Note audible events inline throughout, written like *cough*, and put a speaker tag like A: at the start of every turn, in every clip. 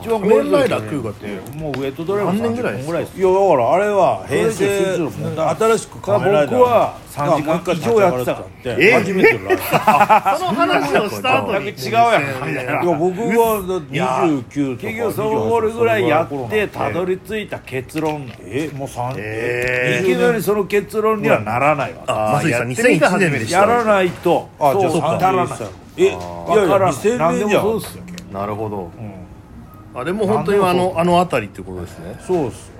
A: 一番仮面ライダー9がって
B: もうウエットドライバー
A: 何年ぐらい
B: 30
A: ですか
B: 本ぐらいです
C: いやだからあれは平
B: それ以上
C: 成
B: するもんだ
C: 新しく
B: だ
C: カ
B: か
C: メラ
B: ら
C: イダ
B: 僕
C: ー
B: は
C: 3
B: 3時
C: 時間
B: 間
C: か
B: か
C: け
B: け
C: て
B: て
A: え
B: 戦われたからら
C: 戦われてたか初めてのライブ
D: *laughs*
A: その話をした後に
B: 全く違うやん
A: みたい
C: いや
A: な
C: 僕は
B: いや
C: 29とか
B: 結局そのホールぐらいやって
C: 28
B: たどり着いた結論なんで
C: えもう3
A: え
B: いきなりその結論にはならないわ
A: あ
D: 松井
A: や
D: さ
A: っ
D: ん
A: てみた
D: 2001
A: 初め
D: 年
A: て
D: でし
B: や
D: た
B: らないと
C: あ
B: そう
C: じゃあ
B: 足らない
C: 31えいやい
B: わ
C: や
B: からない
C: 2000
B: 何で
C: 年
B: も
C: じゃん
B: そうっすよ
D: なるほど、あれも本当にあのあの辺りってことですね
C: そうっすよ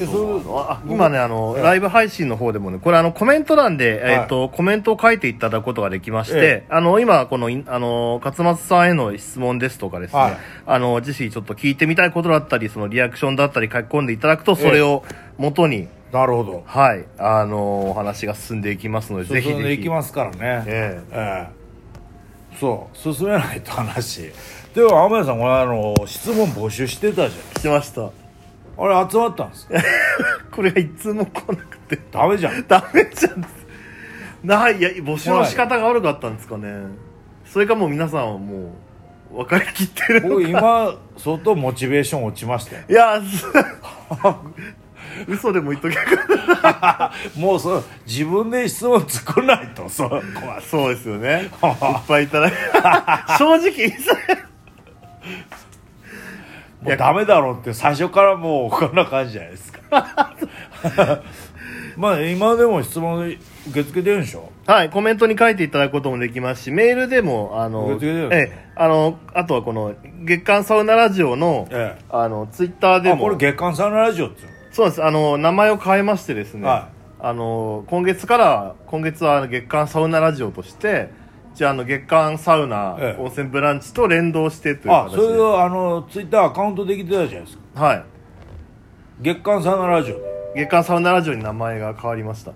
C: えそれ
D: あ今ねあの、ライブ配信の方でもねこれあのコメント欄で、えっとコメントを書いていただくことができまして、
C: え
D: あの今このいあの勝松さんへの質問ですとかですね、
C: はい
D: あの自身ちょっと聞いてみたいことだったりそのリアクションだったり書き込んでいただくとそれを元に、
C: なるほど
D: はいあのお話が進んでいきますのでぜひ
B: 進んで
D: ぜ
B: い
D: ひ
B: きますからね
D: ええ
B: ええそう進めないと話でも天谷さんこれあの質問募集してたじ
D: 来ました
B: ゃんあれ集まったんですか
D: これがいつも来なくて
B: ダメじゃん
D: ダメじゃんないいや募集の仕方が悪かったんですかねそれかもう皆さんはもう分かりきってるの
B: 僕
D: か
B: 今相当モチベーション落ちましたよ
D: いや *laughs* す嘘でも言っとけばよかっ
B: もうそう自分で質問作らないとそう
D: たそうですよねいっぱいいただいて *laughs* 正直 *laughs* それ
B: もうダメだろうって最初からもうこんな感じじゃないですか *laughs* まあ今でも質問受け付けてるんでしょ
D: はいコメントに書いていただくこともできますしメールでもあの
B: 受け付けてるんで
D: え
B: す
D: えあのあとはこの月刊サウナラジオの、
B: ええ
D: あのツイッターで
B: あ
D: も
B: これ月刊サウナラジオっていうの
D: そうですあの名前を変えましてですね、
B: は
D: あの今月から今月はあの月間サウナラジオとしてじゃああの月間サウナ、
B: ええ
D: 温泉ブランチと連動してという
B: あ
D: 形で
B: それはあのツイッターアカウントできてたじゃないですか
D: はい
B: 月刊サウナラジオで
D: 月間サウナラジオに名前が変わりました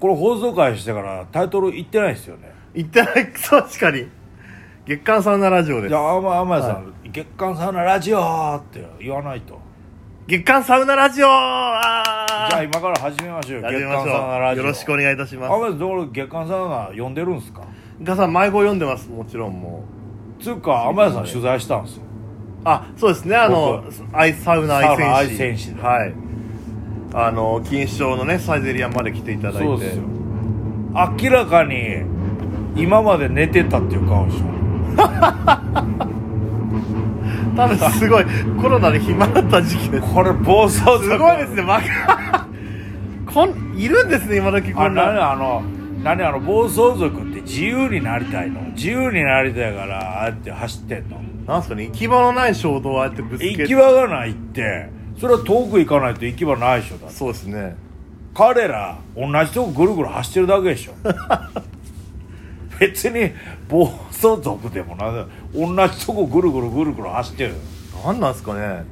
B: これ放送開始してからタイトル言ってないですよね
D: 言ってない確かに月間サウナラジオで
B: じ
D: す
B: ゃあ天天谷さん、月刊サウナラジオ」って言わないと
D: 月間サウナラジオ
B: じゃあ
D: あ
B: 今から始めましょうよ
D: ー始
B: 月
D: めまし
B: 刊サウナ
D: ょ
B: ラ
D: う
B: ジオ
D: よろしくお
B: 願いし
D: 願いいたしま
B: ま
D: す
B: 天谷さんこれ月刊サウナ呼んでるんですか
D: ガさん迷子読んでますもちろんもう
B: つうか天谷さん取材したんですよ
D: あそうですねあのアイサウナ愛
B: サウナ
D: 戦
B: 愛
D: 士
B: 戦士で
D: はいあの錦糸町のねサイゼリアまで来ていただいて
B: そうですよ明らかに今まで寝てたっていう顔でしょ
D: 多分すごいコロナで暇だった時期です
B: これ暴走族
D: すごいですねバカ *laughs* こんいるんですね今時こ
B: あ
D: ん
B: 何
D: な
B: あの何あの暴走族って自由になりたいの自由になりたいからああやって走ってんの
D: なんすかね行き場のない衝動をああやってぶつけ
B: 行
D: て
B: き場がないってそれは遠く行かないと行き場ないでしょだって
D: そうですね
B: 彼ら同じとこぐるぐる走ってるだけで *laughs* しょ別に暴走族でもな同じとこぐるぐるぐるぐる走ってる
D: なんなんすかね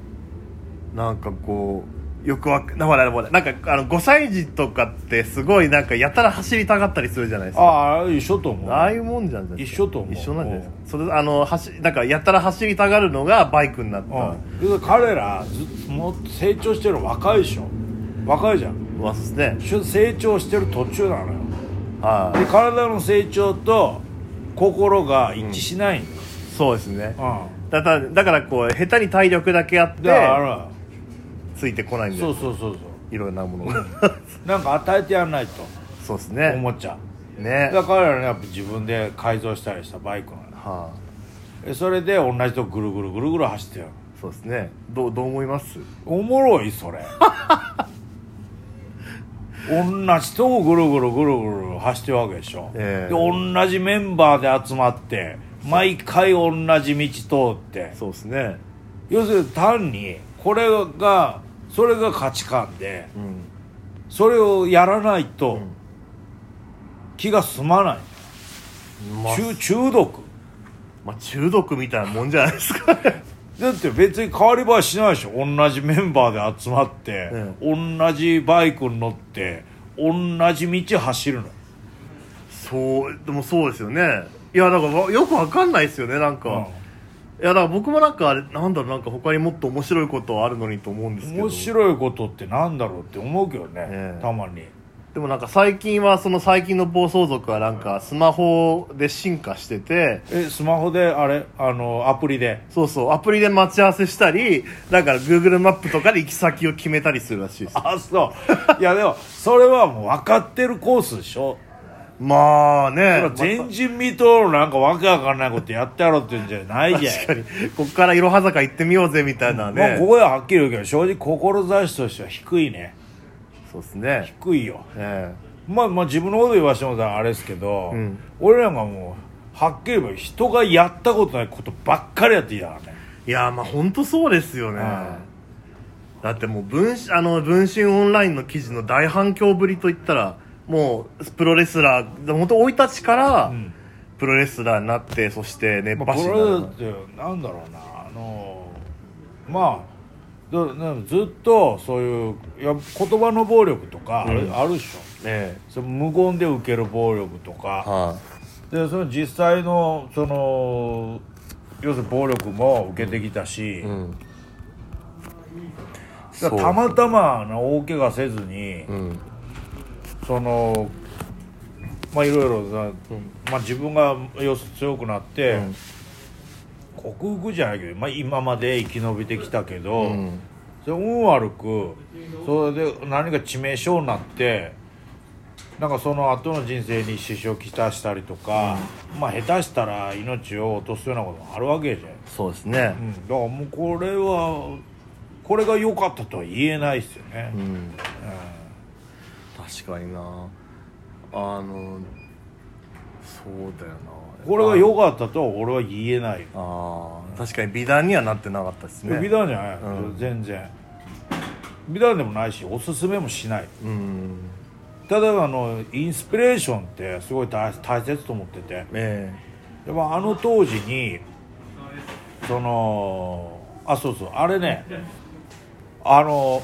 D: なんかこうよくわかほらほらなんかあの5歳児とかってすごいなんかやたら走りたがったりするじゃないですか
B: ああ一緒と思う
D: ああいうもんじゃんじゃないですか
B: 一緒と思う
D: 一緒なんじゃないですかそれあの走なんかやったら走りたがるのがバイクになった、
B: うん、彼らずもう成長してるの若いでしょ若いじゃん
D: まあそうですね
B: しゅ成長してる途中なのよ
D: は
B: で体の成長と心が一致しないんだよ、
D: いそうですね
B: うん
D: だからだからこう下手に体力だけあっ
B: だか
D: て
B: ら
D: ついてこないんで
B: そうそうそうそ
D: いろんなものが
B: うなんか与えてやんないと
D: *laughs* そうです
B: お
D: ね
B: もちゃ
D: ね
B: だからねやっぱ自分で改造したりしたバイクなのよ
D: はあ
B: えそれで同じとこぐるぐるぐるぐる走ってる
D: そうですねどうどう思います
B: おもろい
D: *laughs*
B: それ同じとこぐるぐるぐるぐる走ってるわけでしょ、
D: ええ
B: で同じメンバーで集まって毎回同じ道通って
D: そうですね
B: 要するに単にこれがそれが価値観で
D: うん
B: それをやらないと気が済まない、
D: まあ
B: 中中毒
D: まあ中毒みたいなもんじゃないですか
B: だって別に変わり映えしないでしょ同じメンバーで集まって、同じバイクに乗って同じ道走るの
D: そうでもそうですよねいやだからわよくわかんないですよねなんか、
B: うん
D: いやだから僕もなんかあれなんだろうなんか他にもっと面白いことはあるのにと思うんですけど
B: 面白いことってなんだろうって思うけどね、
D: ええ
B: たまに
D: でもなんか最近はその最近の暴走族はなんかスマホで進化してて
B: えスマホであれあのアプリで *laughs*
D: そうそうアプリで待ち合わせしたりだから Google マップとかで行き先を決めたりするらしいです
B: あそういやでもそれはもう分かってるコースでしょ
D: まあ
B: ほ
D: ね
B: ら前人未到のなんかわけわかんないことやってやろうって言うんじゃないじゃん
D: 確かにこっからいろは坂行ってみようぜみたいな
B: まあ、こ
D: ね
B: こでははっきり言うけど正直志としては低いね
D: そうですね
B: 低いよ
D: え
B: まあまあ自分のこと言わしてもらったらあれですけど、
D: ん
B: 俺らがもうはっきり言えば人がやったことないことばっかりやっていたからね
D: えいやまあ本当そうですよね
B: うん
D: だってもう文春あの文春オンラインの記事の大反響ぶりといったらもうプロレスラー本当生い立ちから、プロレスラーになってそして熱
B: まあ、
D: 波師
B: プ
D: にな
B: ロ
D: る
B: レスってなんだろうなあのまあだなんかずっとそういういや言葉の暴力とかある,、あるでしょ
D: え
B: その無言で受ける暴力とか
D: え、はい
B: でその実際のその要するに暴力も受けてきたし、
C: ん
B: だからたまたまな大怪我せずに、
C: ん
B: そのまあいろいろな、まあ、自分が要するに強くなって、克服じゃないけど、まあ、今まで生き延びてきたけど、それ運悪くそれで何か致命傷になってなんかその後の人生に支障をきたしたりとか、まあ下手したら命を落とすようなこともあるわけじゃん、
D: そうですね
B: うん、だからもうこれはこれが良かったとは言えないですよね、
D: 確かになあのそうだよな
B: これが良かったとは俺は言えない
D: ああ確かに美談にはなってなかったですね
B: 美談じゃない、全然美談でもないしおすすめもしない
D: うん
B: ただあのインスピレーションってすごい大大切と思ってて
D: え
B: でもあの当時にそのあそうそうあれねあの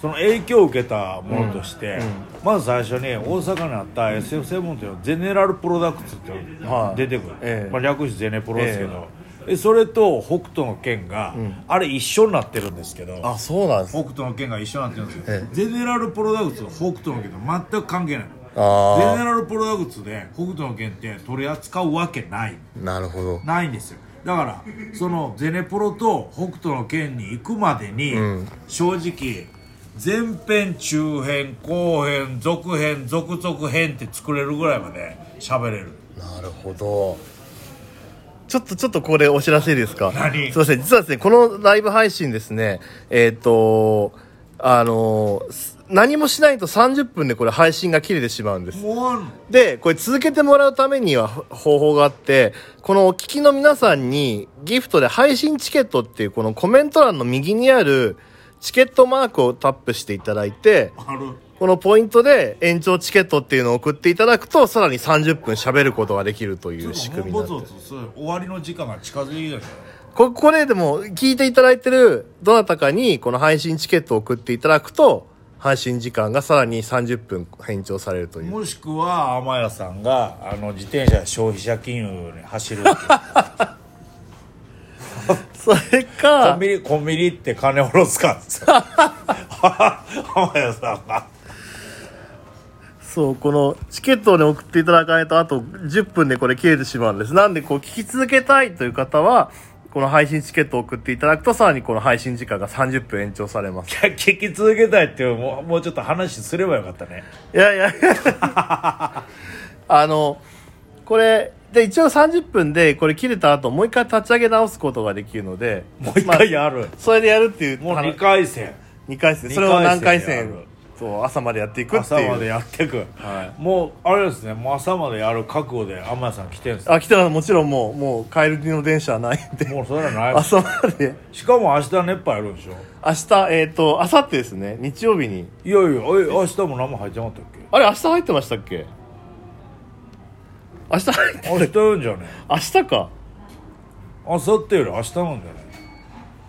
B: その影響を受けたものとして、まず最初に大阪にあった SF7 というゼネラルプロダクツっていうの
D: は
B: が
D: い
B: 出てくる、
D: ええ
B: まあ、略してゼネプロですけど、でそれと北斗の拳が、あれ一緒になってるんですけど
D: あそうなんです
B: 北斗の拳が一緒になってるんですけど、
D: え
B: ゼネラルプロダクツと北斗の拳と全く関係ないゼネ
C: あ
B: ラルプロダクツで北斗の拳って取り扱うわけない
C: あなるほど
B: ないんですよだからそのゼネプロと北斗の拳に行くまでに、正直前編中編後編続編続々編って作れるぐらいまで喋れる
C: なるほど
D: ちょっとちょっとここでお知らせいいですか
B: 何
D: すいません実はですねこのライブ配信ですねえっ、とあのす何もしないと30分でこれ配信が切れてしまうんです
B: もうあんの
D: でこれ続けてもらうためにはほ方法があってこのお聞きの皆さんにギフトで配信チケットっていうこのコメント欄の右にあるチケットマークをタップしていただいて
B: ある
D: このポイントで延長チケットっていうのを送っていただくとさらに30分喋ることができるという仕組みに
B: も
D: なっ
B: う
D: て
B: ボツボツそれ終わりの時間が近づいてきたじ
D: ここででも聞いていただいてるどなたかにこの配信チケットを送っていただくと配信時間がさらに30分延長されると
B: ゃん
D: いう
B: もしくは天谷さんがあの自転車で消費者金融に走 *laughs* るっていう
D: それ
B: コン
D: か
B: ビニ、コンビニって金下ろすかっつって。 *laughs* 浜谷さんが。
D: そうこのチケットをね送っていただかないとあと10分でこれ切れてしまうんですなんでこう聞き続けたいという方はこの配信チケットを送っていただくとさらにこの配信時間が30分延長されます
B: 聞き続けたいっていう、もう、もうちょっと話すればよかったね。
D: いやい
B: *laughs*
D: やあのこれで一応30分でこれ切れた後もう一回立ち上げ直すことができるので
B: もう一回やる。
D: それでやるっていう
B: もう
D: あの
B: 2回戦。
D: 二回戦
B: 二回戦
D: それを何回
B: やる
D: 戦そう朝までやっていくって
B: 朝
D: い
B: まで
D: う
B: やってく。
D: は
B: もう、あれですね、もう朝までやる覚悟で天谷さん来てるんですよ
D: あ来たらもちろんもうもう帰りの電車はないんで
B: もうそれはない。
D: 朝まで
B: しかも明日熱波やるんでしょ
D: 明日えっ、と明後日ですね日曜日に
B: いやいや、え明日も何も入ってなかったっ *laughs* け
D: あれ明日入ってましたっけ明日入って
B: 明日やるんじゃね
D: 明日か
B: 明後日より明日なんじゃね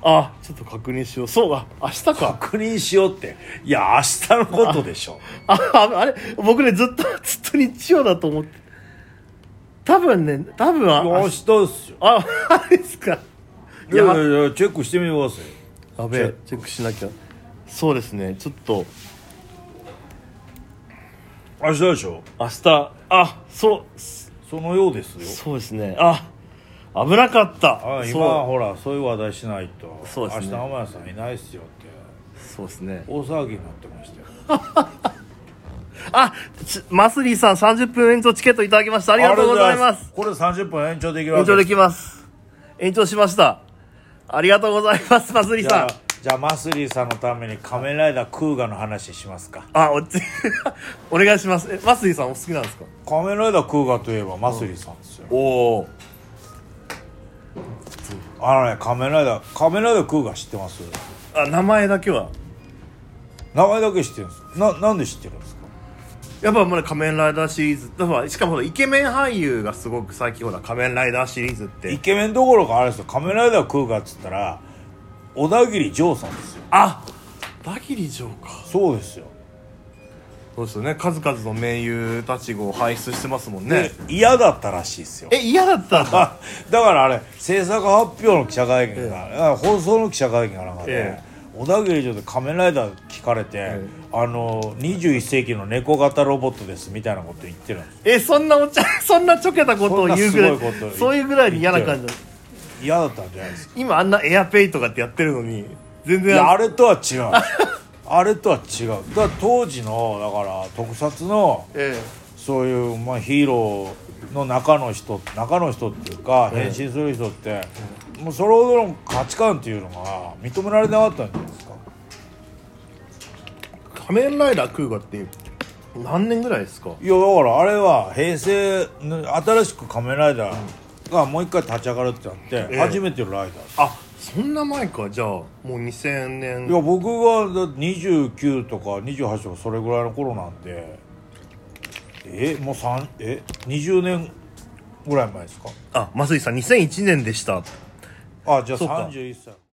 D: あちょっと確認しようそうあ明日か
B: 確認しようって。いや、明日のことでしょ。
D: あああれ僕ねずっと *laughs* ずっと日曜だと思って多分ね多分あ
B: 明
D: あ
B: 日ですよ。
D: ああれですか
B: いやいやいや、チェックしてみてくださいよ。
D: やべえチェックしなきゃそうですねちょっと
B: 明日でしょ
E: 明日あそう
B: そのようですよ
E: そうですねあ危なかった
B: あ今は
E: そ
B: ほらそういう話題しないと
E: そうですね
B: 明日天野さんいないっすよって
E: うそうですね
B: 大騒ぎになってましたよ
D: あちマスリーさん30分延長チケットいただきましたありがとうございます
B: これ30分延長できるわ
D: 延
B: け
D: 長できます延長しましたありがとうございますマスリー
B: じゃ
D: さん
B: あじゃあマスリーさんのために仮面ライダークーガの話しますか
D: あおっち *laughs* お願いしますえマスリーさんお好きなんですか
B: 仮面ライダークーガといえばマスリーさんですよ、
E: おお
B: あのね仮面ライダー仮面ライダークーガ知ってます
D: あ名前だけは
B: 名前だけ知ってるんですななんで知ってるんですか
D: やっぱまだ仮面ライダーシリーズだからしかもほらイケメン俳優がすごく最近ほら仮面ライダーシリーズって
B: イケメンどころかあれですよ仮面ライダークーガっつったら小田切丈さんですよ
D: あダギリジョーか
B: そうですよ
D: そうですよね数々の名優たちを輩出してますもん
B: で
D: ね
B: 嫌だったらしいですよ
D: え嫌だったんだ
B: あだからあれ制作発表の記者会見が、あ放送の記者会見がなんかね、
D: え
B: 小田切城で仮面ライダー聞かれて、あの21世紀の猫型ロボットですみたいなこと言ってるんですよ
D: えそんなお茶 *laughs* そんなちょけたことを言うぐらい
B: そんなすごいこと
D: そういうぐらいに嫌な感じだ
B: 嫌だったんじゃない *laughs* ですか
D: 今あんなエアペイとかってやってるのに全
B: い
D: 然
B: やあれとは違うあれとは違うだから当時のだから特撮の
D: え
B: そういう、まあ、ヒーローの中の人中の人っていうか変身する人って、もうそれほどの価値観っていうのが認められなかったんじゃないですか
D: え仮面ライダークーガって何年ぐらいですか
B: いやだからあれは平成の新しく仮面ライダーがもう一回立ち上がるってなって、
D: え
B: 初めてのライダーです
D: あそんな前かじゃあもう2000年
B: いや僕がだ29とか28とかそれぐらいの頃なんでえもう3え20年ぐらい前ですか
D: あ増井さん2001年でした
B: あじゃあ
D: そうか
B: 31歳